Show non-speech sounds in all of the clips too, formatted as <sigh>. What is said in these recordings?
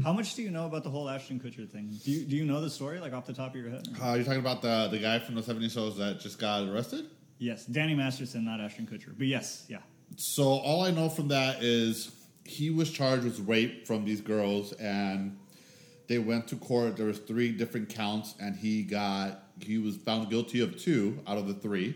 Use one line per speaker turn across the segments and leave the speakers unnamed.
about the whole Ashton Kutcher thing? Do you, do you know the story, like off the top of your head?
Uh, you're talking about the the guy from the 70 shows that just got arrested.
Yes, Danny Masterson, not Ashton Kutcher. But yes, yeah.
So all I know from that is he was charged with rape from these girls, and they went to court. There was three different counts, and he got he was found guilty of two out of the 3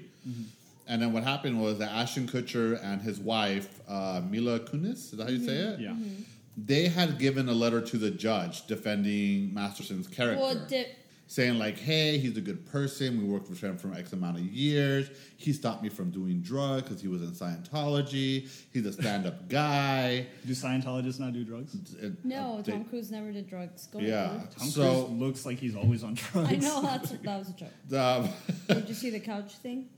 And then what happened was that Ashton Kutcher and his wife uh, Mila Kunis, is that how you say it?
Yeah.
Mm-hmm.
They had given a letter to the judge defending Masterson's character
Well, di-
saying like, "Hey, he's a good person. We worked with him for X amount of years. He stopped me from doing drugs because he was in Scientology. He's a stand-up <laughs> guy."
Do Scientologists not do drugs?
And,
no,
uh, they-
Tom Cruise never did drugs. Go
Yeah. <laughs>
ahead.
Tom
So-
Cruise looks like he's always on <laughs> drugs.
I know that's that was a joke.
Um,
Did you see the couch thing?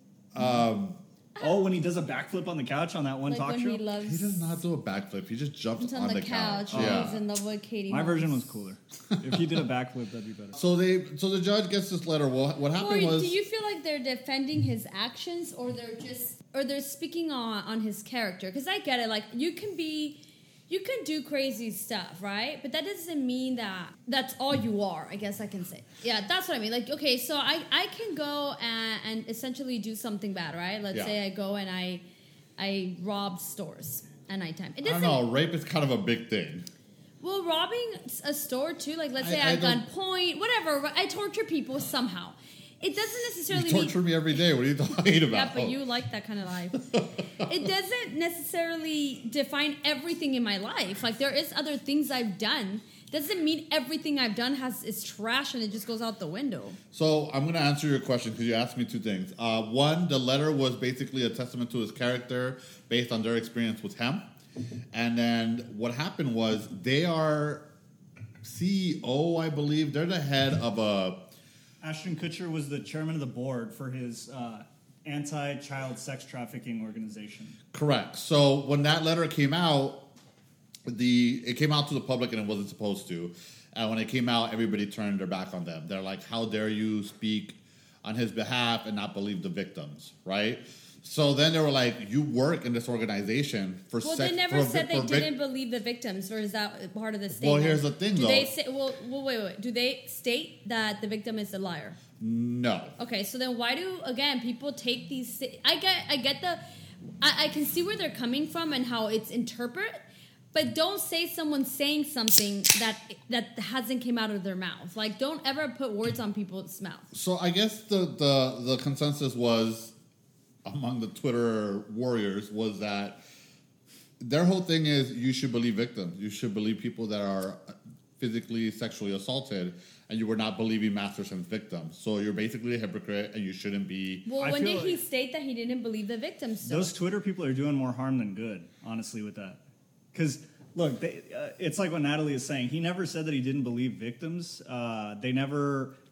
Oh, when he does a backflip on the couch on that one
like
talk
when
show.
he loves.
<laughs> he does not do a backflip. He just jumps
he's
on, the couch.
and
Yeah.
He's in love with Katie.
My version was
Holmes.
cooler. if he did a backflip, that'd be better.
so they, so the judge gets this letter. Well, what
Or
happened was
do you feel like they're defending his actions, or they're just, or they're speaking on on his character? Because I get it. Like you can be, you can do crazy stuff, right? But that doesn't mean that that's all you are. I guess I can say. Yeah, that's what I mean. Like okay, so I I can go and, and essentially do something bad, right? Let's
Yeah.
say I go and I I rob stores at nighttime. It
I don't
doesn't.
know. Rape is kind of a big thing.
Well, robbing s- a store too, like let's
I-
say
I
at
don't-
gunpoint, whatever. ri- I torture people somehow. It doesn't necessarily
You
mean-
torture me every day. What are you <laughs> talking about?
yeah, but you like that kind of life.
<laughs>
it doesn't necessarily define everything in my life. Like there is other things I've done. Doesn't mean everything I've done has is trash and it just goes out the window.
So I'm going to answer your question because you asked me two things. Uh, one, the letter was basically a testament to his character based on their experience with him. And then what happened was they are CEO, I believe. They're the head of a.
Ashton Kutcher was the chairman of the board for his uh, anti-child sex trafficking organization.
Correct. So when that letter came out, the it came out to the public and it wasn't supposed to. And when it came out, everybody turned their back on them. They're like, "How dare you speak on his behalf and not believe the victims?" Right. So then they were like, "You work in this organization for
Well,
sex."
they
for
never
vi-
said they
for vic-
didn't believe the victims, or is that part of the statement?
here's the thing,
do
though.
They say, well, well, wait, wait. Do they state that the victim is a liar?
No.
Okay, so then why do again people take these? sta- I get, I get the, I, I can see where they're coming from and how it's interpret, but don't say someone's saying something that that hasn't came out of their mouth. Like, don't ever put words on people's mouths.
So I guess the the the consensus was among the Twitter warriors was that their whole thing is you should believe victims. You should believe people that are physically sexually assaulted and you were not believing Masterson's victims. So you're basically a hypocrite and you shouldn't be
Well,
I
when
feel
did he
like-
state that he didn't believe the victims? So?
Those Twitter people are doing more harm than good, honestly, with that. Because look, they, uh, it's like what Natalie is saying. He never said that he didn't believe victims. Uh, they never.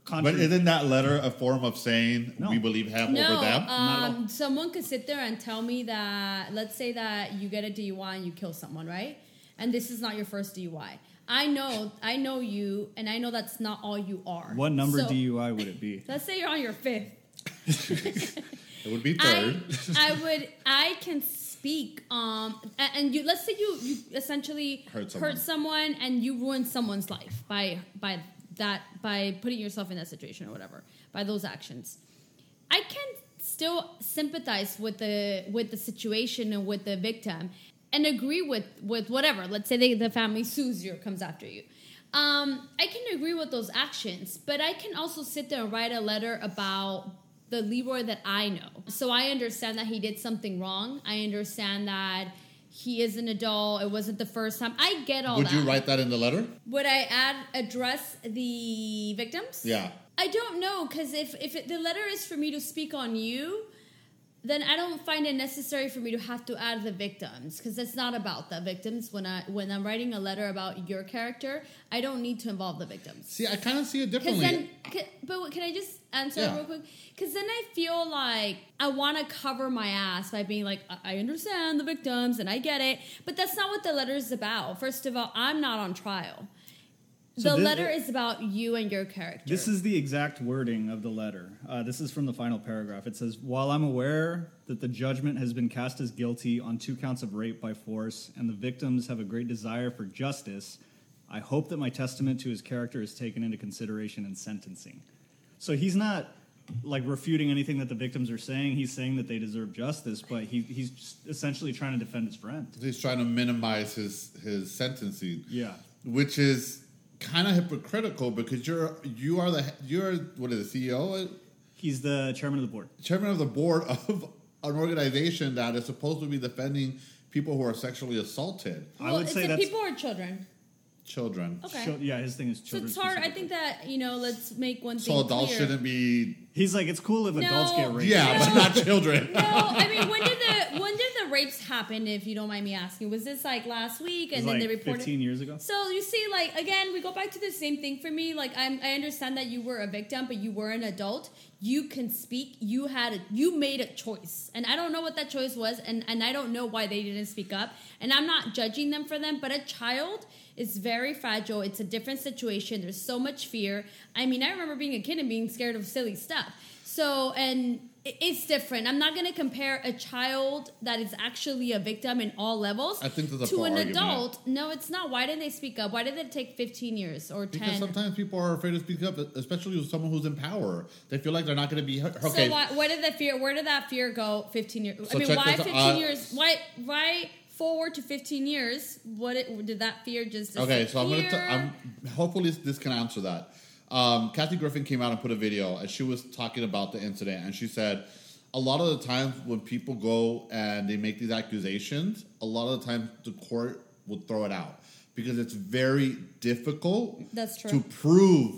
But
Contra-
isn't that letter a form of saying
No.
we believe him
no,
over them?
Not at
um, someone could sit there and tell me that. Let's say that you get a DUI and you kill someone, right? And this is not your first DUI. I know, I know you, and I know that's not all you are.
what number
So-
DUI would it be?
Let's say you're on your fifth.
it would be
I,
third.
I would I can speak um a- and you let's say you you essentially
Hurt someone.
someone and you ruin someone's life by by that by putting yourself in that situation or whatever by those actions. I can still sympathize with the with the situation and with the victim and agree with with whatever. Let's say they, the family sues you or comes after you. Um, I can agree with those actions, but I can also sit there and write a letter about the Leroy that I know. So I understand that he did something wrong. I understand that he is an adult. It wasn't the first time. I get all
would
that.
you write that in the letter?
Would I add address the victims?
Yeah.
I don't know because if if it, the letter is for me to speak on you, then I don't find it necessary for me to have to add the victims because that's not about the victims. When I when I'm writing a letter about your character, I don't need to involve the victims.
See, I kind of see it
Because
differently.
then, c- but what- can I just answer
Yeah.
real quick? Because then I feel like I want to cover my ass by being like, "I- I understand the victims and I get it, but that's not what the letter is about. First of all, I'm not on trial.
So
the
this-
letter is about you and your character.
This is the exact wording of the letter. Uh, this is from the final paragraph. It says, While I'm aware that the judgment has been cast as guilty on two counts of rape by force and the victims have a great desire for justice, I hope that my testament to his character is taken into consideration in sentencing. So he's not like refuting anything that the victims are saying. He's saying that they deserve justice, but he, he's just essentially trying to defend his friend.
He's trying to minimize his his sentencing.
Yeah.
which is kind of hypocritical because you're you are the you're what is it, CEO
He's the chairman of the board.
chairman of the board <laughs> of an organization that is supposed to be defending people who are sexually assaulted
I would
it's
say
the
that's
people or children.
children.
Okay.
Chil- yeah, his thing is
So
children.
it's hard. I
specifically.
think that you know. Let's make one
So
thing
adults
clear. <laughs>
shouldn't be
he's like it's cool if adults
No.
get raped.
yeah, but
No. <laughs>
not children.
No, I mean, when did the when did the rapes happen? If you don't mind me asking, was this like last week,
It was
and then
like
they reported?
15 years ago.
So you see, like again, we go back to the same thing for me. Like I'm, I understand that you were a victim, but you were an adult. You can speak. You had, a, you made a choice, and I don't know what that choice was, and and I don't know why they didn't speak up. And I'm not judging them for them, but a child is very fragile. It's a different situation. There's so much fear. I mean, I remember being a kid and being scared of silly stuff. So and it- it's different. I'm not going to compare a child that is actually a victim in all levels
I think that's a
to
poor
an
argument.
adult. No, it's not. Why didn't they speak up? Why did it take 15 years or 10?
Because sometimes people are afraid to speak up, especially with someone who's in power. They feel like they're not going to be heard. okay.
So why, why did that fear? Where did that fear go? 15 years.
So
I mean,
check
why
this out. Uh,
15 years? Why why forward to 15 years? What it, did that fear just disappear?
Okay, so I'm gonna. T- I'm hopefully this- this can answer that. Um, Kathy Griffin came out and put a video, and she was talking about the incident, and she said, a lot of the times when people go and they make these accusations, a lot of the times the court will throw it out because it's very difficult.
That's true.
To prove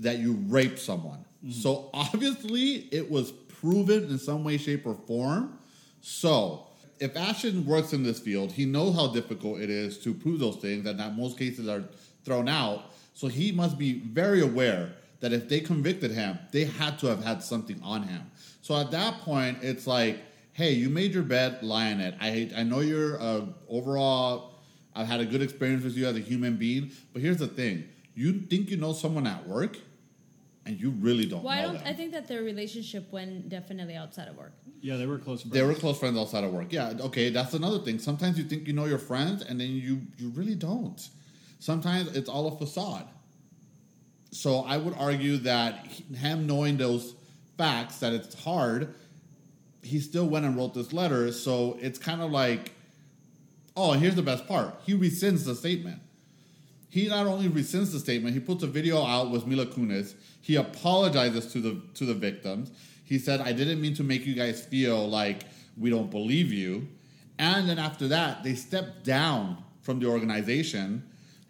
that you raped someone. So obviously, it was proven in some way, shape, or form. So if Ashton works in this field, he knows how difficult it is to prove those things, and that most cases are thrown out. So he must be very aware that if they convicted him, they had to have had something on him. So at that point, it's like, hey, you made your bed, lie in it. I I know you're uh, overall I've had a good experience with you as a human being, but here's the thing: you think you know someone at work, and you really don't
Why
know
don't
them.
I think that their relationship went definitely outside of work?
Yeah, they were close friends.
they were close friends outside of work. Yeah, okay, that's another thing. Sometimes you think you know your friends, and then you you really don't. Sometimes it's all a facade. So I would argue that he- him knowing those facts that it's hard, he still went and wrote this letter. So it's kind of like, oh, and here's the best part: he rescinds the statement. He not only rescinds the statement, he puts a video out with Mila Kunis. He apologizes to the to the victims. He said, "I didn't mean to make you guys feel like we don't believe you." And then after that, they step down from the organization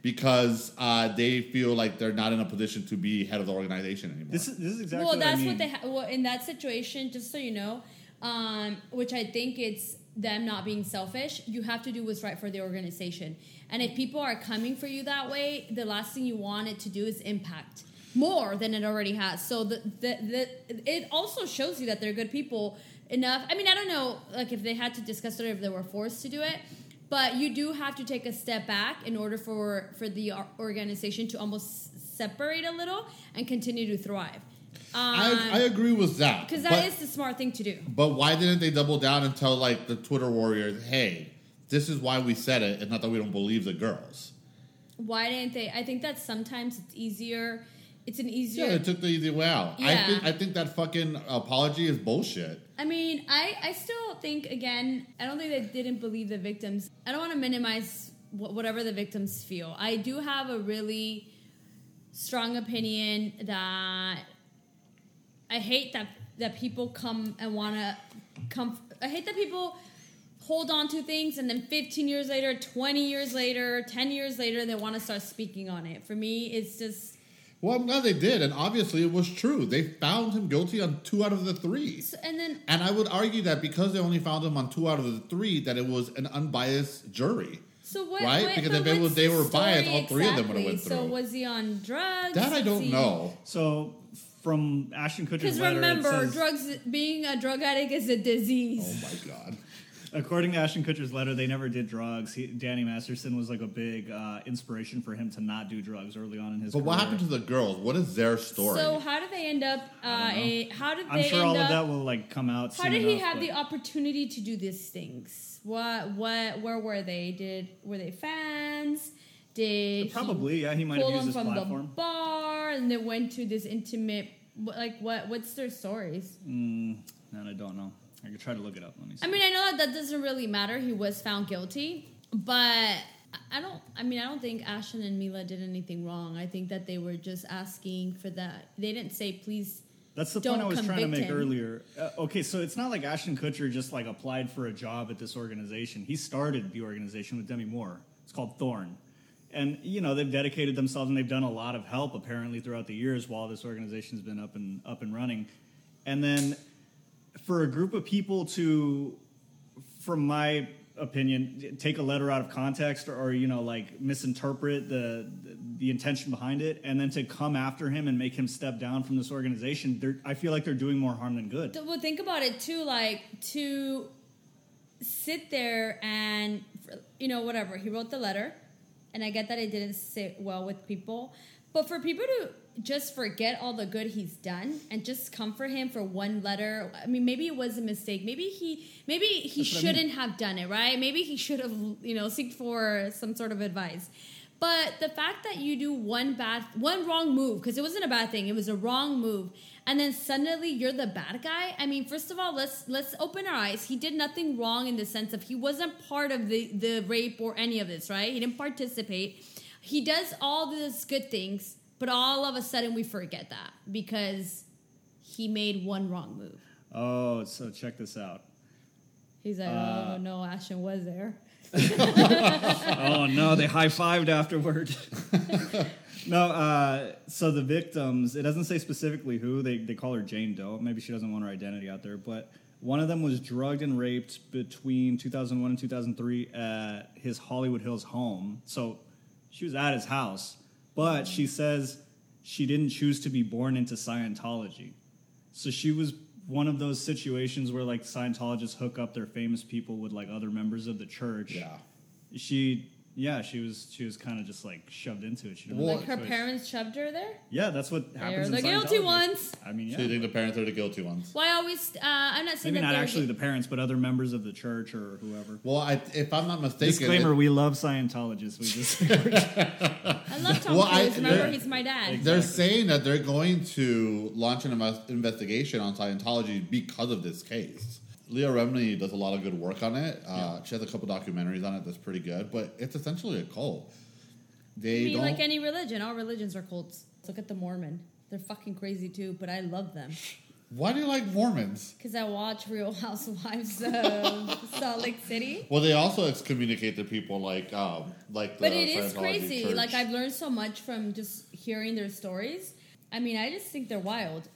because uh, they feel like they're not in a position to be head of the organization anymore.
This is this is exactly
well,
what I
that's
mean.
what they ha- well, in that situation. Just so you know, um, which I think it's them not being selfish. You have to do what's right for the organization, and if people are coming for you that way, the last thing you want it to do is impact more than it already has. So the the, the it also shows you that they're good people enough. I mean, I don't know, like if they had to discuss it or if they were forced to do it but you do have to take a step back in order for for the or- organization to almost separate a little and continue to thrive
I, I
because
agree with that
Um, that is the smart thing to do
But why didn't they double down and tell like the Twitter warriors, "Hey, this is why we said it, and not that we don't believe the girls."
why didn't they i think that sometimes it's easier it's an easier
Yeah, they took the easy way out. I
Yeah.
think I think that fucking apology is bullshit.
I mean, I, I still think, again, I don't think they didn't believe the victims. I don't want to minimize wh- whatever the victims feel. I do have a really strong opinion that I hate that, that people come and want to come. I hate that people hold on to things and then 15 years later, 20 years later, 10 years later, they want to start speaking on it. For me, it's just.
Well, I'm glad they did, and obviously it was true. They found him guilty on two out of the three.
And then
And I would argue that because they only found him on two out of the three, that it was an unbiased jury.
So what?
Right?
What,
Because
but
if it
what's
was- they were
the
biased,
story
all three of them would've went
exactly? So
through.
was he on drugs?
That I don't know.
so from Ashton Kutcher's
Because
letter,
remember,
it says,
drugs being a drug addict is a
Oh
disease.
my god.
according to Ashton Kutcher's letter, they never did drugs. He, Danny Masterson was like a big uh, inspiration for him to not do drugs early on in his.
But
career.
what happened to the girls? What is their story?
So how did they end up? Uh, a, how did
I'm
they
sure
end
all
up?
of that will like come out.
how
soon
did he
enough,
have
but-
the opportunity to do these things? What? What? Where were they? Did were they fans? did
Probably, yeah. He might have
pull
used
them
his
from the
platform.
bar and they went to this intimate wh- like what what's their stories
Mm, and I don't know. I could try to look it up. Let me see.
i mean i know that that doesn't really matter he was found guilty but i I don't i mean i don't think ashton and mila did anything wrong i think that they were just asking for that they didn't say please
That's the
don't
point I was trying to
convict
make
him.
earlier. Uh, okay, so it's not like Ashton Kutcher just like applied for a job at this organization. He started the organization with Demi Moore. It's called Thorn. And you know, they've dedicated themselves and they've done a lot of help apparently throughout the years while this organization's been up and up and running. And then for a group of people to from my opinion take a letter out of context or, or, you know like misinterpret the the intention behind it and then to come after him and make him step down from this organization they're, i feel like they're doing more harm than good
Th- Well, think about it too. Like to sit there and you know whatever he wrote the letter, and I get that it didn't sit well with people, but for people to just forget all the good he's done and just come for him for one letter. I mean, maybe it was a mistake. Maybe he maybe he
That's what I mean.
shouldn't have done it. Right? Maybe he should have you know seeked for some sort of advice. But the fact that you do one bad, one wrong move, because it wasn't a bad thing, it was a wrong move, and then suddenly you're the bad guy. I mean, first of all, let's let's open our eyes. He did nothing wrong in the sense of he wasn't part of the the rape or any of this, right? He didn't participate. He does all these good things, but all of a sudden we forget that because he made one wrong move.
oh so check this out
He's like, oh no, Ashton was there.
oh no, they high fived afterward. no, uh, so the victims, it doesn't say specifically who, they, they call her Jane Doe. Maybe she doesn't want her identity out there, but one of them was drugged and raped between 2001 and 2003 at his Hollywood Hills home. So she was at his house, but she says she didn't choose to be born into Scientology. So she was one of those situations where like Scientologists hook up their famous people with like other members of the church
Yeah.
she yeah she was she was kind of just like shoved into it she didn't
Well-
have
Like
a
her
choice.
parents shoved her there.
yeah that's what
They're
happens
the
in
guilty
Scientology.
ones.
i mean yeah
So you think the parents are the guilty ones?
Why always? Uh, I'm not saying
maybe
that
not
they're
actually
gay.
the parents but other members of the church or whoever
Well, I, if I'm not mistaken,
disclaimer
it-
we love scientologists we just <laughs>
I love Tom
Well, I-
Cruise. Remember,
they're-
he's my dad.
they're saying that they're going to launch an invest- investigation on Scientology because of this case. Leah Remini does a lot of good work on it. Uh, She has a couple documentaries on it that's pretty good, but it's essentially a cult.
I
They
mean,
don't
like any religion, all religions are cults. Look at the Mormon. They're fucking crazy too, but I love them
Why do you like Mormons?
because I watch Real <laughs> Housewives of
<laughs>
Salt Lake City.
Well, they also excommunicate the people, like um, like the
But it is
Scientology
crazy.
church.
Like I've learned so much from just hearing their stories. I mean, I just think they're wild.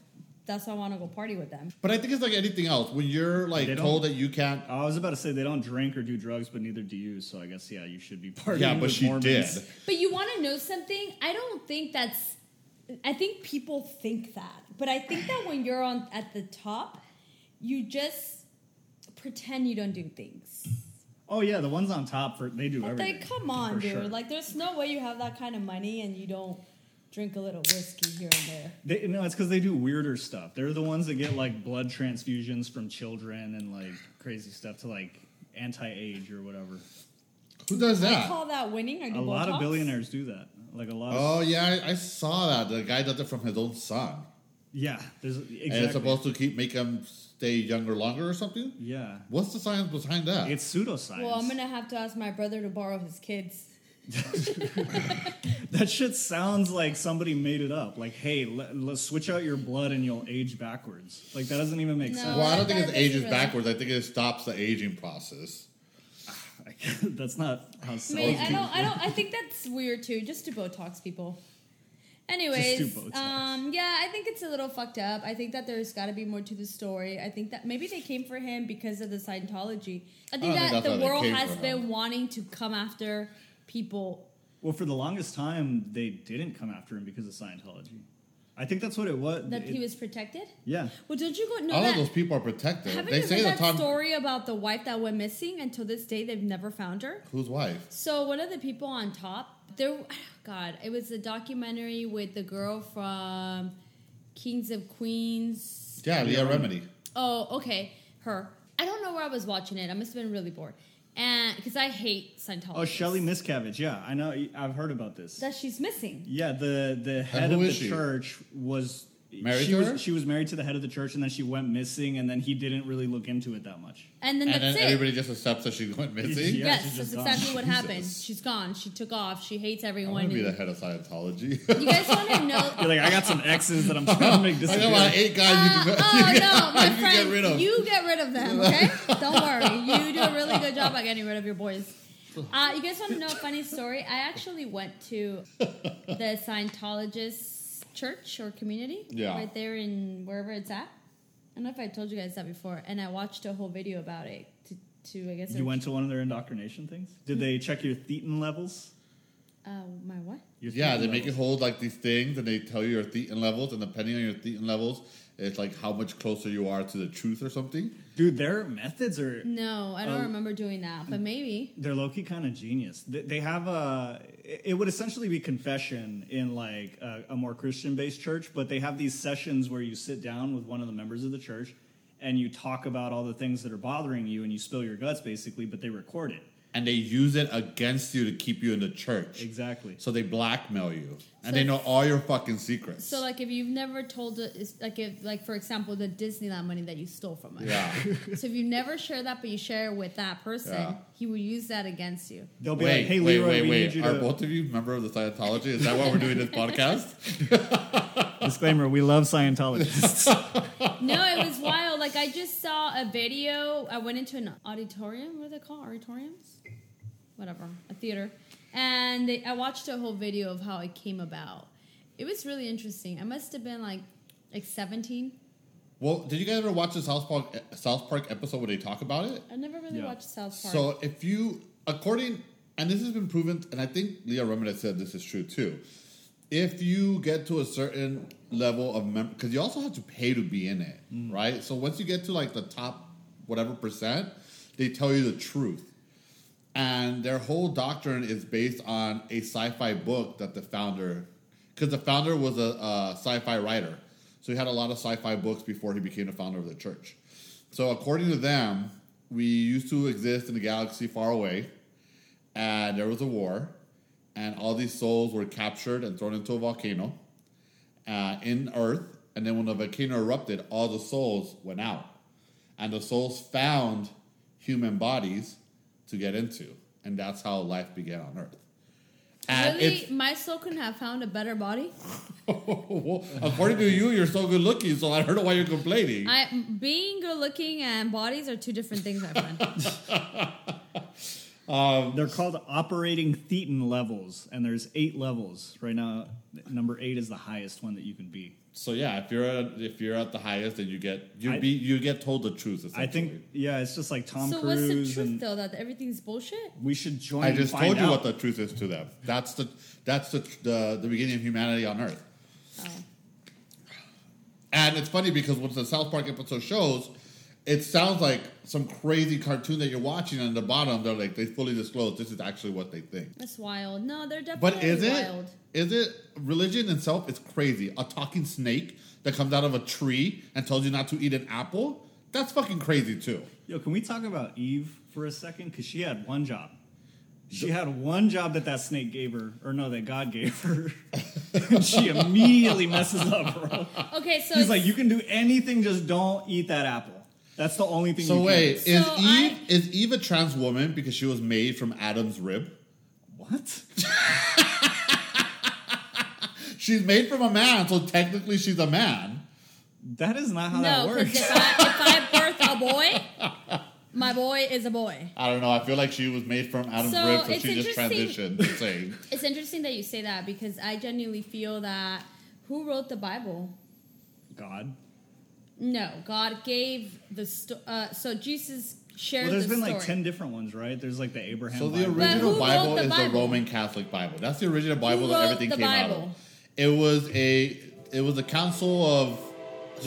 That's why I want to go party with them.
But I think it's like anything else. When you're like
They don't-
told that you can't,
i was about to say they don't drink or do drugs but neither do you so i guess yeah you should be part
yeah,
of
but she
Mormons.
did.
But you want to know something? I don't think that's. I think people think that, but I think that when you're on at the top, you just pretend you don't do things.
oh yeah the ones on top for they do everything
Like, come on,
for
dude!
sure.
Like, there's no way you have that kind of money and you don't drink a little whiskey here and there.
They, no, it's because they do weirder stuff. They're the ones that get like blood transfusions from children and like crazy stuff to like anti-age or whatever.
Who does
I
that?
call that winning. I
A
do
lot
Botox.
of billionaires do that. Like a lot. Of,
Oh yeah, I, I saw that. The guy does it from his own son,
yeah, there's
and it's
exactly.
supposed to keep make him stay younger longer or something.
yeah,
What's the science behind that?
it's pseudoscience.
Well, I'm gonna have to ask my brother to borrow his kids.
that shit sounds like somebody made it up. Like, hey, let, let's switch out your blood and you'll age backwards. Like that doesn't even make
No.
sense.
well, I don't
that-
think
that
it's ages
doesn't really-
backwards. I think it stops the aging process.
<laughs> That's not how.
I
science
mean, I
works.
don't, I don't, I think that's weird too. Just to Botox people. Anyways,
Just do Botox.
um, yeah, I think it's a little fucked up. I think that there's got to be more to the story. I think that maybe they came for him because of the Scientology. I
don't
think
think that's
that
why
the
they
world
came
has
for him.
been wanting to come after people.
Well, for the longest time, they didn't come after him because of Scientology. I think that's what it was.
That he
It-
was protected.
Yeah.
Well, don't you go know
All
that?
of those people are protected.
haven't
They
you
say
heard
that
that
Tom,
story about the wife that went missing? Until this day, they've never found her.
whose wife?
So one of the people on top, there, <sighs> God, it was a documentary with the girl from Kings of Queens.
Yeah, Leah Remedy.
Oh, okay, her. I don't know where I was watching it. I must have been really bored. and because I hate Scientology.
Oh, Shelley Miscavige. Yeah, I know. I've heard about this.
that she's missing.
yeah, the the head
who
of the
is she?
church was
Married
she
to
was,
her?
She was married to the head of the church, and then she went missing, and then he didn't really look into it that much.
And then
and
that's
then
it.
everybody just accepts that she went missing.
Yeah,
yes,
she's
that's
just gone.
exactly what happened.
Jesus.
She's gone. She took off. She hates
I
everyone.
want to be the
and-
head of Scientology. <laughs>
you guys want to know?
You're like, I got some exes that I'm trying to make
I got about
disappear.
eight guys
Uh,
<laughs> you can,
oh
<laughs> you
no, my
can
friend,
get rid of.
you get rid of them. Okay, don't worry. You do a really good job at getting rid of your boys. Uh, you guys want to know a funny story? I actually went
<laughs>
to the Scientologist church or community.
Yeah.
Right there in wherever it's at. I don't know if I told you guys that before, and I watched a whole video about it. To, to I guess
You went to one of their indoctrination things? Did they check your thetan levels?
Uh, my what?
Your
yeah,
thetan
they make you
levels.
hold like these things, and they tell you your thetan levels, and depending on your thetan levels, it's like how much closer you are to the truth or something.
Dude, their methods are
No, I don't
Oh.
remember doing that, but maybe.
They're low key kind of genius. They, they have a. It would essentially be confession in like a, a more Christian based church, but they have these sessions where you sit down with one of the members of the church and you talk about all the things that are bothering you and you spill your guts basically, but they record it.
And they use it against you to keep you in the church.
Exactly.
So they blackmail you, and
So-
they know all your fucking secrets.
So, like, if you've never told, a, is- like, if, like for example, the Disneyland money that you stole from us.
<laughs>
yeah.
So if you never share that, but you share it with that person,
Yeah.
he will use that against you.
They'll be
wait,
like, hey,
wait,
Leroy,
wait,
we
wait.
need you
Are
to. <laughs>
both of you member of the Scientology? Is that why we're doing this podcast?
Disclaimer we love Scientologists.
No, it was wild. Like, I just saw a video. I went into an auditorium. What are they called? Auditoriums? Whatever. A theater. And they, I watched a whole video of how it came about. It was really interesting. I must have been like, like 17.
Well, did you guys ever watch the South Park South Park episode where they talk about it?
I never really
Yeah.
watched South Park.
So if you, according, and this has been proven, and I think Leah Remnant said this is true too. If you get to a certain level of member, because you also have to pay to be in it, right? So once you get to like the top whatever percent, they tell you the truth. And their whole doctrine is based on a sci fi book that the founder, because the founder was a, a sci fi writer. So he had a lot of sci fi books before he became the founder of the church. So according to them, we used to exist in a galaxy far away, and there was a war, and all these souls were captured and thrown into a volcano uh, in Earth. And then when the volcano erupted, all the souls went out, and the souls found human bodies to get into, and that's how life began on Earth. And
really,
it's <laughs>
my soul couldn't have found a better body.
well, according to you, you're so good looking, so I don't know why you're complaining.
I being good looking and bodies are two different things, my friend.
<laughs> They're called operating thetan levels, and there's eight levels. Right now, number eight is the highest one that you can be.
So yeah, if you're at, if you're at the highest, then you get you
I-
be you get told the truth.
I
Essentially.
think, yeah, it's just like Tom
so what's the
Cruise
truth
and
though that everything's bullshit?
We should join.
I just
and find
told you
out.
what the truth is to them. That's the that's the the, the beginning of humanity on Earth.
Oh.
And it's funny because what the South Park episode shows, it sounds like some crazy cartoon that you're watching. And at the bottom, they're like they fully disclose this is actually what they think.
That's wild. No, they're definitely
But is it
wild.
is it religion itself is crazy. A talking snake that comes out of a tree and tells you not to eat an apple. That's fucking crazy too.
Yo, can we talk about Eve for a second? Because she had one job. She had one job that that snake gave her, or no, that God gave her. <laughs> and she immediately messes up, bro.
Okay, so
He's
it's-
like, you can do anything, just don't eat that apple. That's the only thing.
So
you
wait,
can.
is
So
Eve
I-
is Eve a trans woman because she was made from Adam's rib?
what?
She's made from a man, so technically she's a man.
That is not how that
no, because
works.
if I, if I birth a boy,
<laughs>
my boy is a boy.
I don't know. I feel like she was made from Adam's
So
rib, so
it's
she just
interesting-
transitioned. the <laughs> same.
It's interesting that you say that because I genuinely feel that who wrote the Bible?
God.
No, God gave the sto- uh, so Jesus shared
Well, there's
the
been
story.
like ten different ones, right? There's like the Abraham.
So the
Bible.
But who
original
wrote
Bible is
the
the
Bible?
Roman Catholic Bible. That's the original Bible that
wrote
everything
the
came out
Bible?
of. It was a it was a council of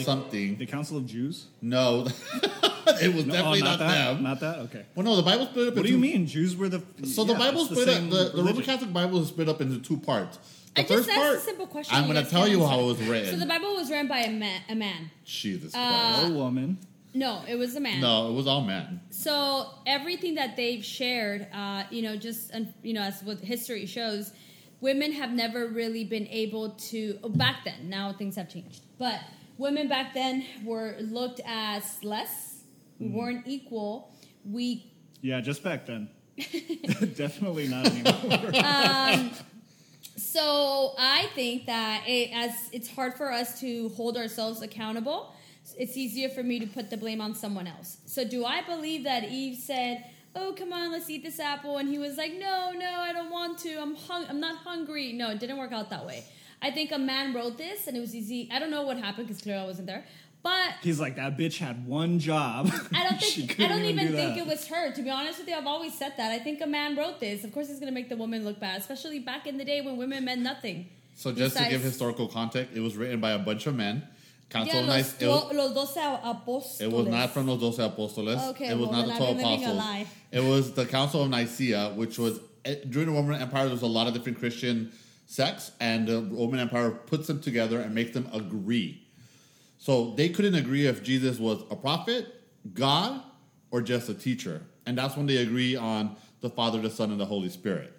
something.
the Council of Jews.
no, <laughs> it was
No, oh,
definitely
not,
not,
that.
them.
Not that. Okay.
well, no, the Bible split up.
What
into
do you mean Jews were the?
So
yeah,
the Bible
it's the
split up.
same
The, the Roman
religion.
Catholic Bible is split up into two parts. The
I just asked a simple question.
I'm
you
going to
guys
tell
can't
you how it
answer.
was written.
So the Bible was written by a man. A man.
Jesus
Uh,
Christ.
Or Oh, woman.
No, it was a man.
No, it was all men.
So everything that they've shared, uh, you know, just and you know, as what history shows, women have never really been able to. oh, Back then, now things have changed, but women back then were looked as less. We weren't equal. We
Yeah, just back
<laughs>
then. Definitely not anymore.
So I think that it, as it's hard for us to hold ourselves accountable, it's easier for me to put the blame on someone else. So do I believe that Eve said, "Oh, come on, let's eat this apple," and he was like, "No, no, I don't want to. I'm hung. I'm not hungry." No, it didn't work out that way. I think a man wrote this, and it was easy. I don't know what happened because clearly I wasn't there, but
He's like, that bitch had one job.
I
<laughs>
don't
She
think I
couldn't
don't even,
do
think
that.
it was her. To be honest with you, I've always said that. I think a man wrote this. Of course, he's gonna make the woman look bad, especially back in the day when women meant nothing.
So just to give
Besides-
historical context, it was written by a bunch of men.
Yeah,
Council
los,
nice. It
do-
was,
los doce apóstoles.
it was not from los doce apóstoles.
Okay,
it was
well,
not
then
the
I've
twelve
been living a
apostles.
lie.
It was the Council of Nicaea, which was eh, during the Roman Empire. There was a lot of different Christian sects, and the Roman Empire puts them together and makes them agree. So they couldn't agree if Jesus was a prophet, God, or just a teacher, and that's when they agree on the Father, the Son, and the Holy Spirit.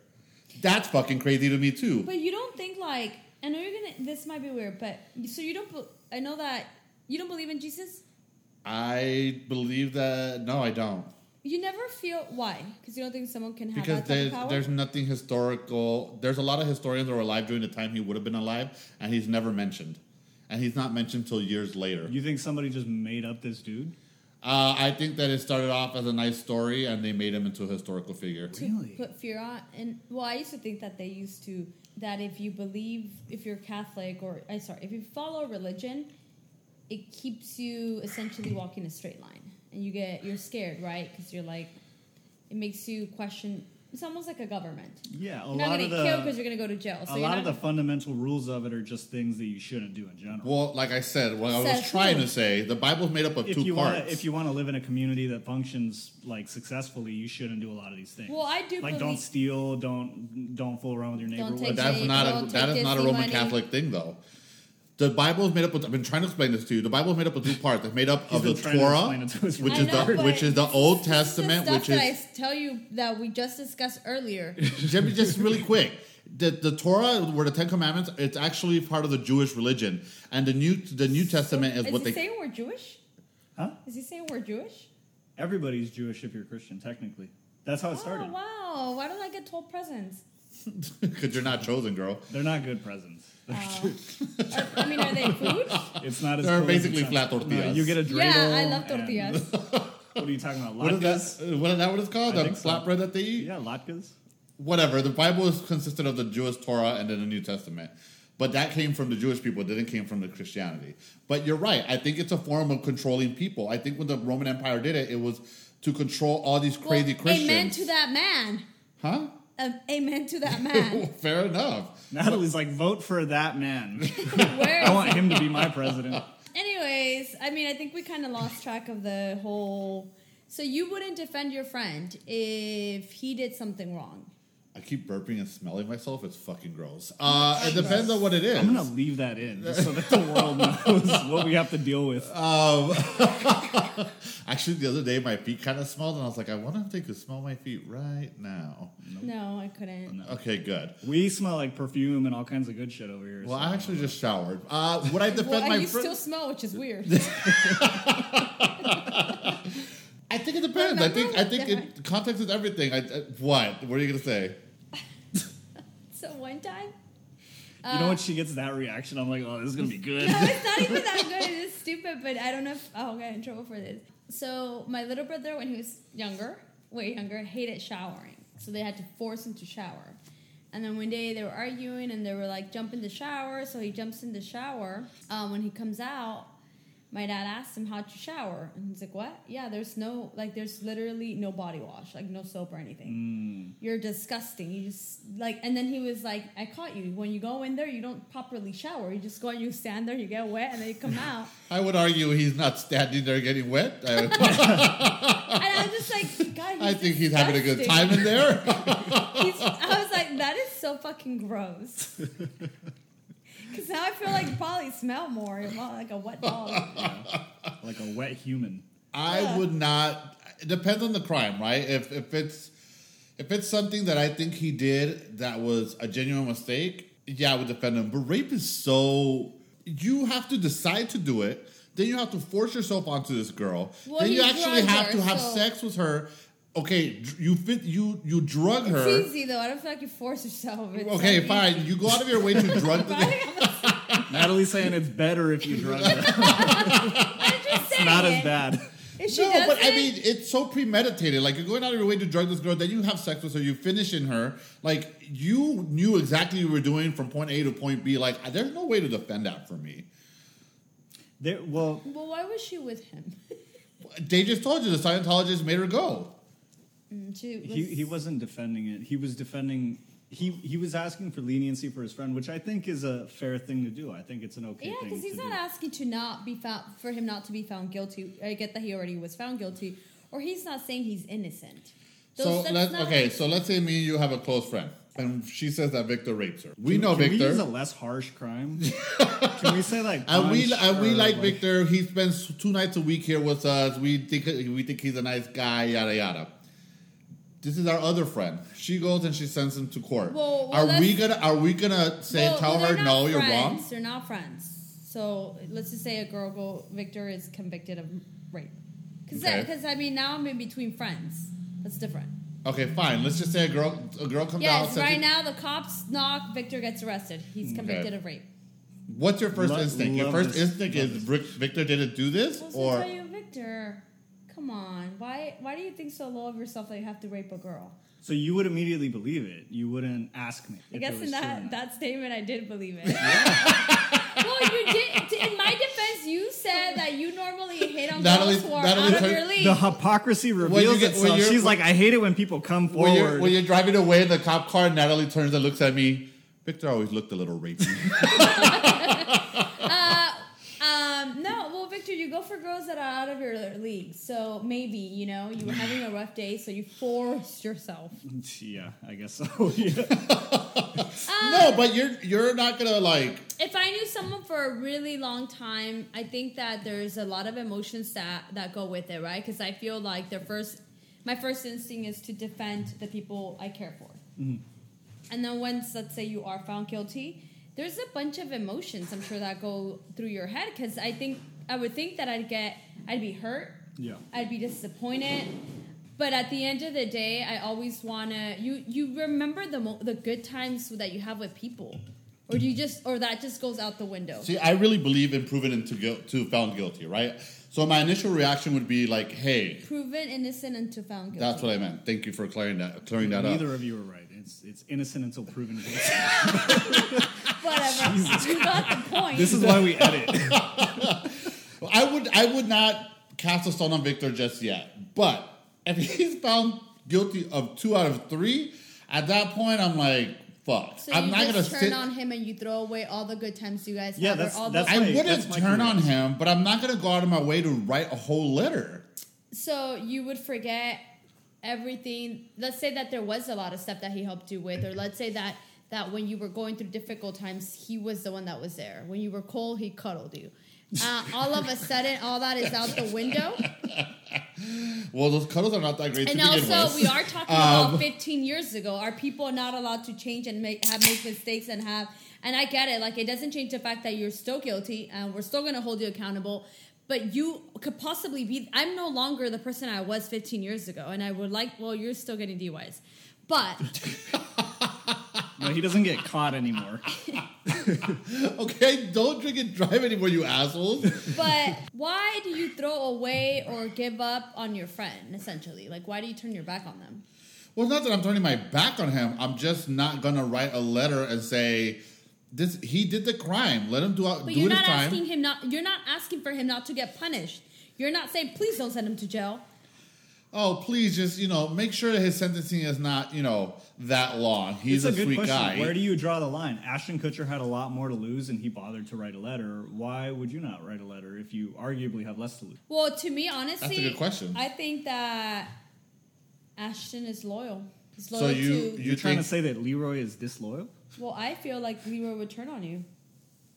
That's fucking crazy to me too.
But you don't think like I know you're gonna. This might be weird, but so you don't. bel- I know that you don't believe in Jesus.
I believe that no, I don't,
You never feel why because you don't think someone can have
because
that type of
there's
power.
there's nothing historical. There's a lot of historians that were alive during the time he would have been alive, and he's never mentioned, and he's not mentioned till years later.
You think somebody just made up this dude?
Uh, I think that it started off as a nice story, and they made him into a historical figure.
to
Really?
put fear on and well i used to think that they used to that if you believe if you're catholic or i sorry if you follow religion it keeps you essentially walking a straight line and you get you're scared right because you're like it makes you question it's almost like a government
Yeah, a
you're not
lot
gonna
of
kill kill because
the
you're gonna go to jail so
a
you're
lot of the
not-
fundamental rules of it are just things that you shouldn't do in general.
Well, like I said, what I was
Says
trying
who?
to say, the Bible's made up of
if
two
you
parts.
want to if you want to live in a community that functions like successfully, you shouldn't do a lot of these things.
Well, I do
like don't
believe-
steal, don't don't fool around with your neighbor.
Don't
What-
take-
But that's
Jake,
not a
don't
that
take
is not a
Disney
Roman
money.
Catholic thing though. The Bible is made up. Of, I've been trying to explain this to you. The Bible is made up of two parts. It's made up
He's
of
been
the
trying to
Torah,
explain it to his
which
I
is
know,
the
but
which is the Old Testament,
the stuff
which
that I
is
s- tell you that we just discussed earlier.
Jimmy, just really quick. The, the Torah, where the Ten Commandments, it's actually part of the Jewish religion, and the new the New <laughs> Testament is,
Is
what
he
they
saying we're Jewish?
Huh?
Is he saying we're Jewish?
Everybody's Jewish if you're Christian, technically. That's how it started.
Oh wow! Why don't I get told presents?
<laughs> because you're not chosen, girl.
They're not good presents.
I
<laughs>
mean, are they food?
It's not as
They're
cool as it
basically
sounds.
flat tortillas.
No, you get a dreidel.
yeah, I
and-
love tortillas.
What are you talking about?
What is
Latkes?
that? What is that? What it's called?
I
the
think so.
flatbread that they eat.
Yeah, latkes.
Whatever. The Bible is consisted of the Jewish Torah and then the New Testament, but that came from the Jewish people. It didn't came from the Christianity. But you're right. I think it's a form of controlling people. I think when the Roman Empire did it, it was to control all these <laughs> crazy
Well,
Christians.
Amen to that man.
Huh?
Um, amen
<laughs>
to that man.
Fair enough.
Natalie's like, vote for that man.
Where
I want him to be my president.
Anyways, I mean, I think we kind of lost track of the whole. So you wouldn't defend your friend if he did something wrong.
I keep burping and smelling myself. It's fucking gross. Uh, it depends on what it is.
I'm gonna leave that in just so that the world <laughs> knows what we have to deal with.
Actually, the other day my feet kind of smelled, and I was like, I wonder if they could smell my feet right now.
No, I couldn't.
Okay, good.
We smell like perfume and all kinds of good shit over here.
Well,
so-
I actually just showered. Uh, would I defend
<laughs> Well, and
my
you
friend?
still smell, which is weird.
<laughs>
I think it depends. I think I
Remember?
think
Yeah.
it, context is everything. I, I- what? What are you gonna say?
so one time,
you know when she gets that reaction, I'm like, oh, this is gonna be good. <laughs>
<laughs> no, it's not even that good. It's stupid, but I don't know if I'll get in trouble for this. So my little brother, when he was younger, way younger, hated showering. So they had to force him to shower. And then one day they were arguing and they were like, jump in the shower. So he jumps in the shower. Um, when he comes out, my dad asked him how'd you shower, and he's like, "What? Yeah, there's no like, there's literally no body wash, like no soap or anything." you're disgusting. You just like, and then he was like, I caught you. When you go in there, you don't properly shower. You just go and you stand there, you get wet, and then
<laughs>
you come out.
I would argue he's not standing there getting wet. I,
<laughs> and I'm just like, God, he's
I think he's having a good time
disgusting."
in there.
He's- I was like, that is so fucking
<laughs>
gross.
<laughs>
Because now I feel like you probably smell more. You're more like a wet dog.
like a wet human.
<laughs> I
Yeah.
would not. It depends on the crime, right? If if it's if it's something that I think he did that was a genuine mistake, yeah, I would defend him. But rape is so you have to decide to do it. Then you have to force yourself onto this girl.
Well,
then
he
you actually
drugged
have
her,
to have
so-
sex with her. Okay, dr- you fit you you drug her.
It's easy though. I don't feel like you force yourself. It's
Okay,
like- <laughs>
fine. You go out of your way to drug the
Natalie's saying it's better if you drug
<laughs>
her.
I'm just saying.
Not as bad.
If she
No,
does
but I
it-
mean, it's so premeditated. Like, you're going out of your way to drug this girl, then you have sex with her, you finish in her. Like, you knew exactly what you were doing from point A to point B. Like, there's no way to defend that for me.
There, well,
Well, why was she with him? <laughs>
They just told you the Scientologist made her go.
She was,
he, he wasn't defending it. He was defending. He he was asking for leniency for his friend, which I think is a fair thing to do. I think it's an okay
Yeah,
thing.
because he's
to
not
do.
asking to not be found for him not to be found guilty. I get that he already was found guilty, or he's not saying he's innocent.
So,
that's
let's,
not
okay,
like-
so let's say me and you have a close friend, and she says that Victor rapes her. We know
Can we
Victor.
use a less harsh
<laughs>
crime? Can we say like?
and we
punch
and we
or,
like, Victor. He spends two nights a week here with us. We think we think he's a nice guy. Yada yada. This is our other friend. She goes and she sends him to court.
Well, well,
are we
that's-
gonna are we gonna say
Well,
tell
well,
her
they're
no?
not
You're
friends.
wrong.
They're not friends. So let's just say a girl go. Victor is convicted of rape. Because
Okay.
because I mean now I'm in between friends. That's different.
Okay, fine. Let's just say a girl a girl comes out.
Yes,
says
right
it-
now the cops knock. Victor gets arrested. He's convicted of rape.
What's your first
Lo-
instinct? Your
love
first
this-
instinct
love
is
this.
Vic- Victor didn't do this,
Well, so
or
tell you, Victor, come on. Why why do you think so low of yourself that you have to rape a girl?
So you would immediately believe it. You wouldn't ask me.
I
if it
guess
was
in
true or
that
not.
that statement, I did believe it. <laughs> well, you did. In my defense, you said that you normally hit on
Natalie-
girls who are
Natalie
out of
took-
your league.
the hypocrisy reveals
get- when
itself.
you're-
She's like, I hate it when people come
when
forward.
you're, when you're driving away in the cop car, Natalie turns and looks at me. Victor always looked a little
<laughs>
rapey.
Um, no, well, Victor, you go for girls that are out of your league. So maybe you know you were having a rough day, so you forced yourself.
<laughs> yeah, I guess so. <laughs> yeah.
no, but you're you're not gonna like
If I knew someone for a really long time, I think that there's a lot of emotions that that go with it, right? Because I feel like their first, my first instinct is to defend the people I care for. And then once, let's say, you are found guilty, there's a bunch of emotions I'm sure that go through your head. Because I think I would think that I'd get, I'd be hurt.
yeah.
I'd be disappointed. But at the end of the day, I always wanna you you remember the mo- the good times that you have with people, or do you just or that just goes out the window?
See, I really believe in proven into guilt to found guilty, right? So my initial reaction would be like, "Hey,
Proven innocent until found guilty.
that's what I meant. Thank you for clearing that clearing that
Neither
up."
of you are right. It's it's innocent until proven
<laughs>
guilty.
Whatever. You got the point.
this is why we edit.
I would I would not cast a stone on Victor just yet, but if <laughs> he's found guilty of two out of three, at that point I'm like, "Fuck,
so
I'm
you
not gonna
just turn
sit."
on him and you throw away all the good times you guys
Yeah,
had. or
that's-
all
that's
the,
I
Right,
wouldn't
my
turn on
correct.
him, but I'm not gonna go out of my way to write a whole letter.
so you would forget everything. Let's say that there was a lot of stuff that he helped you with, or let's say that that when you were going through difficult times, he was the one that was there. When you were cold, he cuddled you. Uh, all of a sudden, all that is out the window.
Well, those cuddles are not that great
And
to begin
also,
with.
we are talking about 15 years ago. Are people not allowed to change and make have make mistakes and have? And I get it. Like it doesn't change the fact that you're still guilty, and we're still going to hold you accountable. But you could possibly be. I'm no longer the person I was 15 years ago, and I would like. Well, you're still getting DUIs, but
No, he doesn't get caught anymore.
<laughs> okay, don't drink and drive anymore, you assholes.
but why do you throw away or give up on your friend? Essentially, like why do you turn your back on them?
Well, it's not that I'm turning my back on him. I'm just not gonna write a letter and say this. He did the crime. Let him do out
But
do
you're
his
not
time.
asking him not. You're not asking for him not to get punished. You're not saying please don't send him to jail.
oh, please, just you know, make sure that his sentencing is not you know that long. He's
It's
a,
a, good
sweet
question.
guy.
Where do you draw the line? Ashton Kutcher had a lot more to lose, and he bothered to write a letter. Why would you not write a letter if you arguably have less to lose?
Well, to me, honestly,
good question.
I think that Ashton is loyal. He's
So
loyal
you-
to.
you-
You're trying to
think-
say that Leroy is disloyal?
<laughs>
well, I feel like Leroy would turn on you.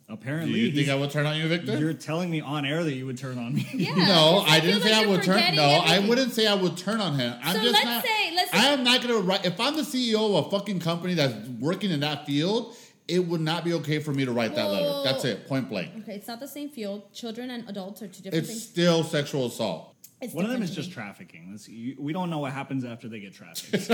Do
Apparently,
you think
he's-
I will turn on you, Victor?
you're telling me on air that you would turn on
<laughs>
me.
Yeah,
no,
'cause
I
feel
didn't say
like
I
you're
would turn.
forgetting
No, I
everything.
wouldn't say I would turn on him. I'm
So
just
let's
not,
say- let's
I
say-
am not going to write. If I'm the CEO of a fucking company that's working in that field, it would not be okay for me to write that letter.
Well-
That's it, point blank.
Okay, it's not the same field. Children and adults are two different
It's
things.
still sexual assault.
It's
One of them
different
is
to
just
me.
trafficking. That's, you, we don't know what happens after they get
<laughs>
trafficked.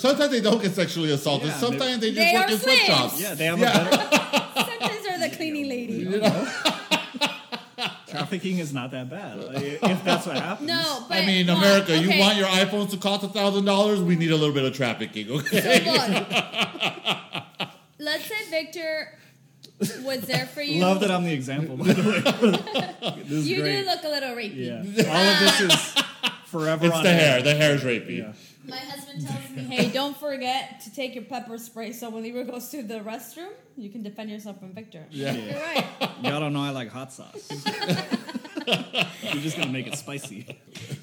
Sometimes they don't get sexually assaulted.
Yeah, they-
Sometimes they,
They
just work
are
in sweatshops.
slaves.
yeah, they have
Yeah.
a better.
Sometimes
<laughs>
they're the cleaning lady.
Trafficking is not that bad. Like, if that's what happens.
No, but
I mean,
look,
America, you
okay,
want your iPhones to cost a thousand dollars? We need a little bit of trafficking, okay?
So look,
<laughs>
let's say Victor was there for you.
Love that I'm the example, by the way.
<laughs>
this is
you
great.
do look a little rapey.
yeah. All of this is forever
It's
on
the
air.
hair. The hair's rapey.
Yeah.
My husband tells me, "Hey, don't forget to take your pepper spray, so when Libra goes to the restroom, you can defend yourself from Victor."
Yeah.
You're right.
Y'all don't know I like hot
<laughs>
sauce. You're just gonna make it spicy.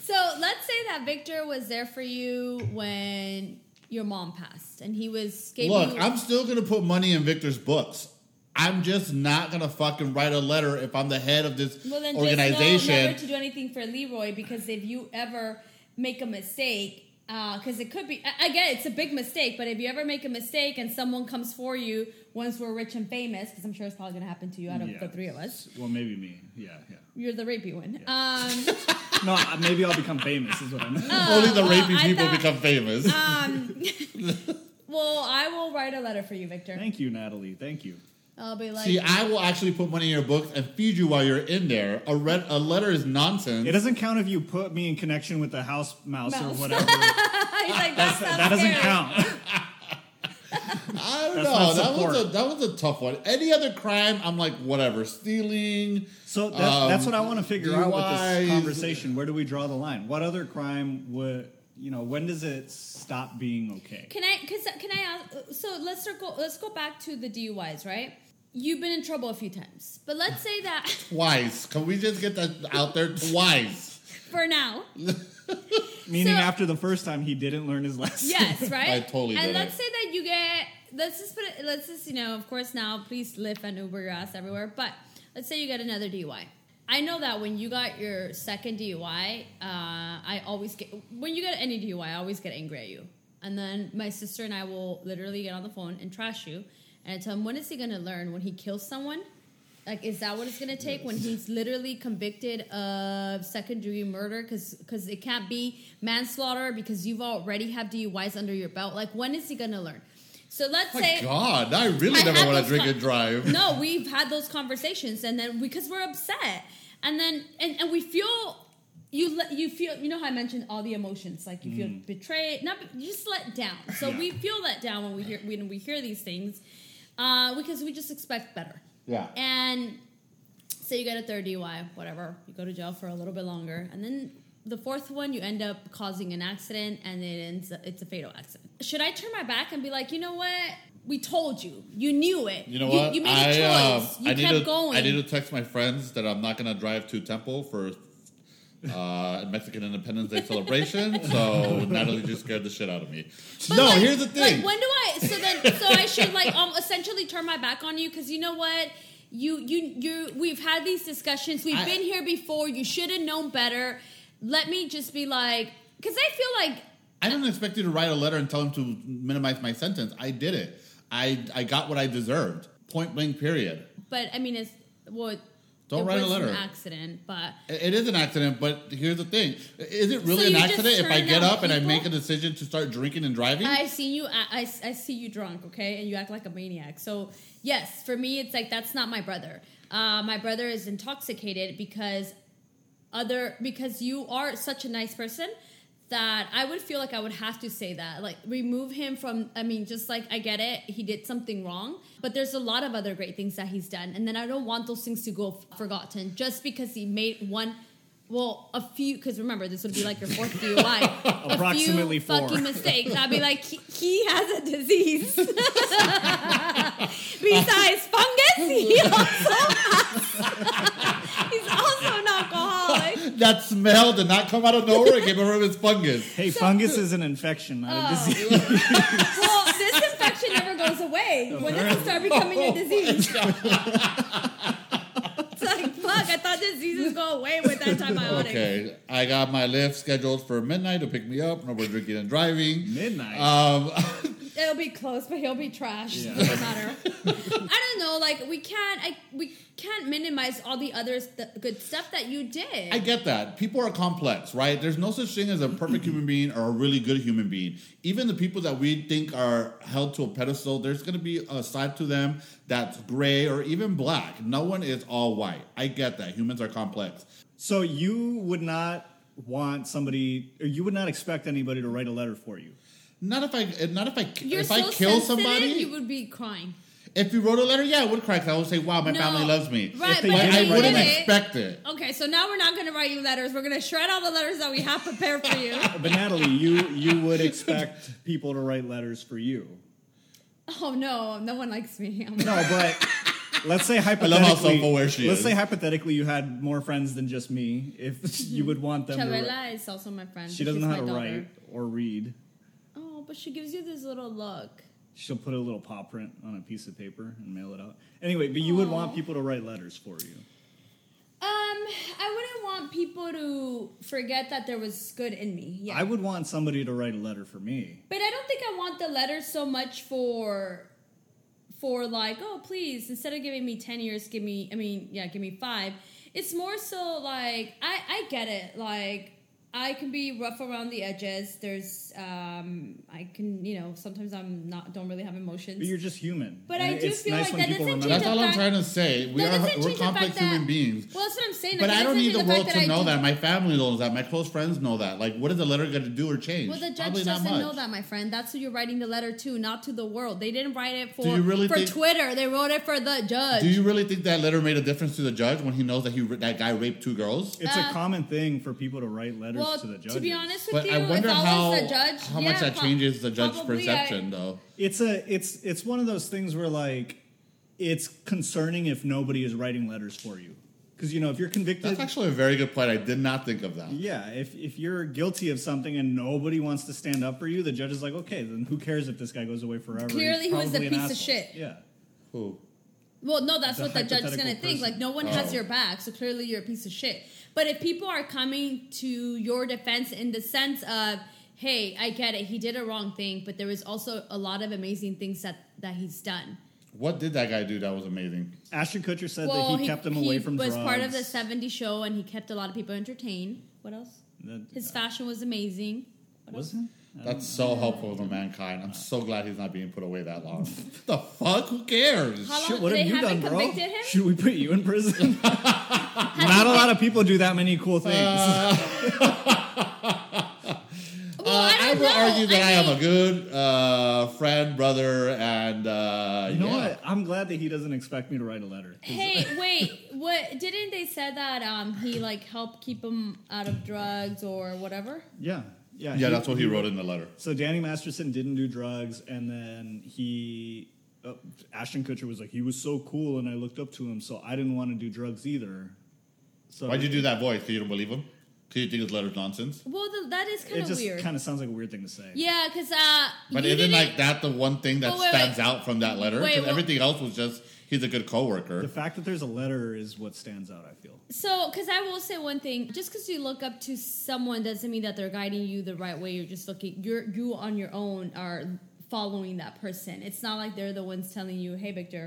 So let's say that Victor was there for you when your mom passed, and he was gave
Look,
you.
I'm still gonna put money in Victor's books. I'm just not gonna fucking write a letter if I'm the head of this
well, then just know
organization.
never to do anything for Leroy because if you ever make a mistake. Because it could be, a- again, it's a big mistake, but if you ever make a mistake and someone comes for you once we're rich and famous, because I'm sure it's probably going to happen to you out of
Yeah.
the three of us,
Well, maybe me. Yeah, yeah.
you're the rapey one. Um,
No, I- maybe I'll become famous. Is what I meant.
Only the
well,
rapey
I
people
thought-
become famous.
Um, well, I will write a letter for you, Victor.
Thank you, Natalie. Thank you.
I'll be like, <laughs>
See, I will actually put money in your books and feed you while you're in there. A red, a letter is nonsense.
It doesn't count if you put me in connection with the house mouse, or
Mouse.
whatever.
he's like, that's not
that doesn't
fair."
count.
I don't
That's not
know. That was a
support.
that was a tough one. Any other crime, I'm like whatever. Stealing.
So that's, that's what I want to figure out with
DUIs.
this conversation. Where do we draw the line? What other crime would you know? When does it stop being okay?
Can I? Cause can I ask? So let's circle. Let's go back to the DUIs, right? You've been in trouble a few times, but let's say that <laughs>
Twice. Can we just get that out there
<laughs>
twice?
for now,
Meaning,
So-
after the first time, he didn't learn his lesson.
yes,
<laughs>
right?
I totally
And
did
let's
it.
say that you get. Let's just put it. Let's just you know. Of course, now please Lyft and Uber your ass everywhere. But let's say you get another DUI. I know that when you got your second DUI, uh, I always get when you get any DUI, I always get angry at you. And then my sister and I will literally get on the phone and trash you. And I tell him, when is he going to learn? When he kills someone? Like, is that what it's going to take when he's literally convicted of second degree murder? Because it can't be manslaughter because you've already have DUIs under your belt. Like, when is he going to learn? So let's
My
say.
God, I really
I
never
have
want to
those
drink
con-
and drive.
No, we've had those conversations, and then because we're upset, and then and, and we feel you let you feel you know how I mentioned all the emotions like you
Mm.
feel betrayed, not be- you just let down. So we feel let down when we hear when we hear these things uh, because we just expect better.
Yeah.
And so you get a third DUI, whatever. You go to jail for a little bit longer, and then the fourth one you end up causing an accident, and it ends. It's a fatal accident. Should I turn my back and be like, you know what? We told you. You knew it.
You know what?
You, made
I,
a
um,
choice. you
I need
kept
to,
going.
I need to text my friends that I'm not going to drive to Temple for uh, <laughs> Mexican Independence Day celebration.
<laughs>
So Natalie just scared the shit out of me.
But
no,
like-
here's the thing.
Like, when do I? So
<laughs>
then, so I should like um, essentially turn my back on you because you know what? You you you. We've had these discussions. We've
I-
been here before. You should have known better. Let me just be like, because I feel like
I didn't expect you to write a letter and tell him to minimize my sentence. I did it. I, I got what I deserved. Point blank, period.
But I mean, it's well. it-
Don't
it
write a
was
letter.
An accident, but
It it is an accident, but here's the thing. Is it really
you
an
just
accident if I
turn
get
down
up and I
people?
make a decision to start drinking and driving?
I see you. I, I, I see you drunk, okay, and you act like a maniac. So yes, for me, it's like that's not my brother. Uh, my brother is intoxicated because other because you are such a nice person that I would feel like I would have to say that like remove him from I mean just like I get it he did something wrong but there's a lot of other great things that he's done and then I don't want those things to go f- forgotten just because he made one well a few because remember this would be like your fourth
<laughs>
DUI A few
Approximately four.
fucking mistakes I'd be like he, he has a disease <laughs> besides fungus he also has he's also an alcoholic
that smell did not come out of nowhere. It came out of his fungus.
<laughs>
Hey,
Oh.
fungus is an infection, not a disease. <laughs>
<laughs>
well, this infection never goes away. Once this will start becoming
Oh,
a disease. it's like, fuck, I thought diseases go away with antibiotics.
Okay, I got my lift scheduled for midnight to pick me up. No more drinking and driving.
Midnight.
Um,
It'll be close, but he'll be trashed.
Yeah.
Doesn't matter. I don't know. Like we can't. I we can't minimize all the other st- good stuff that you did.
I get that. People are complex, right? There's no such thing as a perfect human being or a really good human being. Even the people that we think are held to a pedestal, there's going to be a side to them that's gray or even black. No one is all white. I get that. Humans are complex.
so you would not want somebody, or you would not expect anybody to write a letter for you.
Not if I not if I
You're
if
so
I kill
sensitive,
somebody.
you would be crying.
if you wrote a letter, yeah, I would cry 'cause I would say, "Wow, my
No.
family loves me."
Right,
but
but
if
I
you
wouldn't
did
it-
expect it.
Okay, so now we're not going to write you letters. We're going to shred all the letters that we have prepared for
<laughs>
you.
But Natalie, you you would expect people to write letters for you.
oh no, no one likes me. I'm
No, but let's say hypothetically.
love how self-aware she
let's
is.
say hypothetically you had more friends than just me. If <laughs> you would want them, to write.
Chavela is also my friend.
she
but
doesn't know
she's my
how to
daughter.
write or read.
Oh, but she gives you this little look.
She'll put a little paw print on a piece of paper and mail it out. Anyway, but you would want people to write letters for you.
Um, I wouldn't want people to forget that there was good in me. Yeah.
I would want somebody to write a letter for me.
But I don't think I want the letter so much for for like, oh please, instead of giving me ten years, give me I mean, yeah, give me five. It's more so like I, I get it, like I can be rough around the edges. There's um I can you know, sometimes I'm not don't really have emotions.
But you're just human.
But
And
I do
it's
feel
nice
like
when
that
people
doesn't
remember
change
That's all I'm
fact-
trying to say. We
That
are
doesn't
we're
change the
complex
fact that-
human beings.
Well that's what I'm saying.
But
like, it
I don't
doesn't
need
change
the
fact
world to
I
know
do-
that. My family knows that. My close friends know that. Like, what is the letter going to do or change?
Well, the judge
Probably not
doesn't
much.
know that, my friend. That's who you're writing the letter to, not to the world. They didn't write it for
you really
for
think-
Twitter. They wrote it for the judge.
Do you really think that letter made a difference to the judge when he knows that he that guy raped two girls?
It's
Uh,
a common thing for people to write letters
well,
to the judge.
be honest with
But
you,
I wonder
it's
how
always the judge.
how much
Yeah,
that
pro-
changes the judge's
probably I-
perception, though.
it's a it's it's one of those things where like it's concerning if nobody is writing letters for you because you know if you're convicted
That's actually a very good point. I did not think of that.
yeah if, if you're guilty of something and nobody wants to stand up for you the judge is like okay then who cares if this guy goes away forever He's
Clearly he was a
probably an
piece of
asshole."
shit.
yeah
Who?
Well, no, that's
The
what the judge is going to
hypothetical
think. Like,
person.
no one
Oh.
has your back, so clearly you're a piece of shit. But if people are coming to your defense in the sense of, hey, I get it, he did a wrong thing, but there was also a lot of amazing things that, that he's done.
What did that guy do that was amazing?
ashton kutcher said
well,
that he, kept him away from
was
drugs
part of the 70 show, and he kept a lot of people entertained. What else?
That-
His fashion was amazing. What else?
was it
That's so helpful to mankind. I'm so glad he's not being put away that long. <laughs> the fuck? Who cares?
How long-
Shit, what
they
have you done,
haven't
bro?
convicted him?
Should we put you in
<laughs>
prison? Not a lot of people do that many cool things.
Uh, Well,
Uh,
I
I,
don't
will
know.
argue that I,
I
am a good uh, friend, brother, and uh,
you know
yeah.
what? I'm glad that he doesn't expect me to write a letter. 'cause
Hey, wait! What didn't they say that um he like helped keep him out of drugs or whatever?
Yeah, yeah,
Yeah, that's what he wrote in the letter.
So Danny Masterson didn't do drugs, and then he, uh, Ashton Kutcher was like, he was so cool, and I looked up to him, so I didn't want to do drugs either. So
Why'd you do that voice? Because you don't believe him? Because you think his letter's nonsense?
Well, th that is kind
It
of
just
weird.
kind of sounds like a weird thing to say.
yeah, because uh,
But
you
isn't
didn't-
like that the one thing that
Oh, wait,
stands
wait.
out from that letter?
Wait,
Because
well-
everything else was just he's a good
The
coworker.
fact that there's a letter is what stands out. I feel.
so? Because I will say one thing: just because you look up to someone doesn't mean that they're guiding you the right way. You're just looking. You're you on your own are following that person. It's not like they're the ones telling you, "Hey, Victor."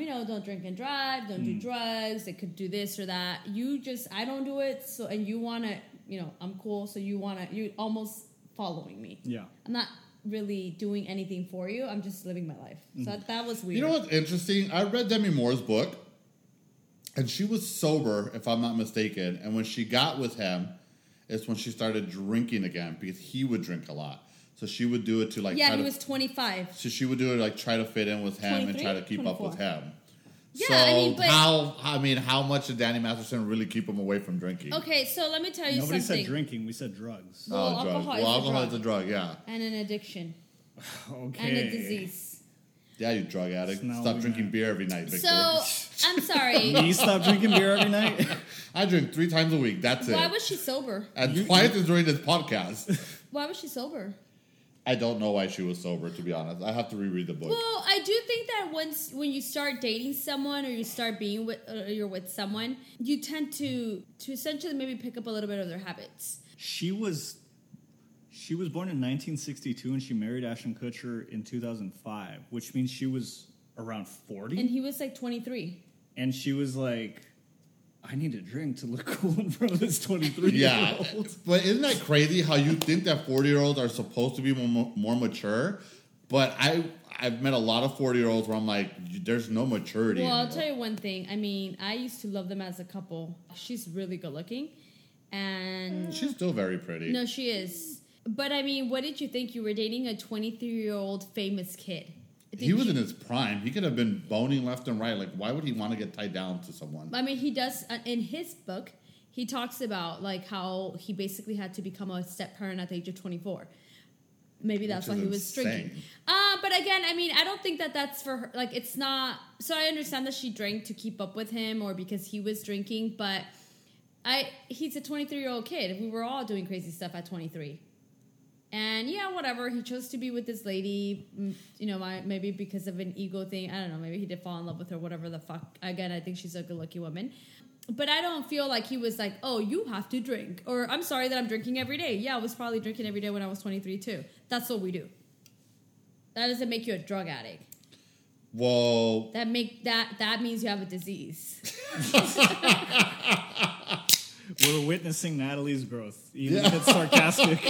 You know, don't drink and drive. Don't
Hmm.
do drugs. They could do this or that. You just, I don't do it. So, and you want to, you know, I'm cool. So you want to, you almost following me.
Yeah.
I'm not really doing anything for you. I'm just living my life.
Hmm.
So that, that was weird.
You know what's interesting? I read Demi Moore's book, and she was sober, if I'm not mistaken. And when she got with him, it's when she started drinking again because he would drink a lot. So she would do it to like
Yeah,
try
he
to-
was 25.
So she would do it like try to fit in with him and
23,
try to keep up with
24.
him.
Yeah,
so
I mean, but-
how I mean, how much did Danny Masterson really keep him away from drinking? Uh,
Okay, so let me tell you
Nobody
something.
said drinking. We said drugs.
No. Well,
drug.
alcohol is
Oh, well,
a
alcohol
drug.
is a drug. Yeah,
And an addiction.
Okay.
And a disease.
yeah, you drug addict.
Smell
Stop
me
drinking
now.
beer every night, Victor.
So, I'm sorry.
You stop drinking beer every night.
<laughs>
<laughs>
I drink three times a week. That's
Why
it.
was she sober?
and twice is during this podcast.
Why was she sober?
I I don't know why she was sober. To be honest, I have to reread the book.
Well, I do think that once when you start dating someone or you start being with or you're with someone, you tend to to essentially maybe pick up a little bit of their habits.
She was she was born in 1962 and she married Ashton Kutcher in 2005, which means she was around 40
And he was like 23.
and she was like I need a drink to look <laughs> cool in front of this 23 year
yeah,
old.
but isn't that crazy how you think that forty year olds are supposed to be more, more mature? But I I've met a lot of forty year olds where I'm like, there's no maturity.
Well, I'll
anymore.
tell you one thing. I mean, I used to love them as a couple. She's really good looking, and
She's still very pretty.
no, she is. But I mean, what did you think? You were dating a 23 year old famous kid.
he was in his prime. He could have been boning left and right. Like, why would he want to get tied down to someone?
I mean, he does uh, in his book. He talks about like how he basically had to become a step parent at the age of 24. Maybe that's
Which
why
is
he was drinking.
insane.
Uh, but again, I mean, I don't think that that's for her. Like, it's not. So I understand that she drank to keep up with him or because he was drinking, but I he's a 23 year old kid. We were all doing crazy stuff at 23. And yeah, whatever. He chose to be with this lady, mm, you know, my, maybe because of an ego thing. I don't know. Maybe he did fall in love with her, whatever the fuck. Again, I think she's a good looking woman. But I don't feel like he was like, oh, you have to drink. Or I'm sorry that I'm drinking every day. Yeah, I was probably drinking every day when I was 23 too. That's what we do. That doesn't make you a drug addict.
Well,
That make that that means you have a disease.
We're witnessing Natalie's growth, even if it's sarcastic.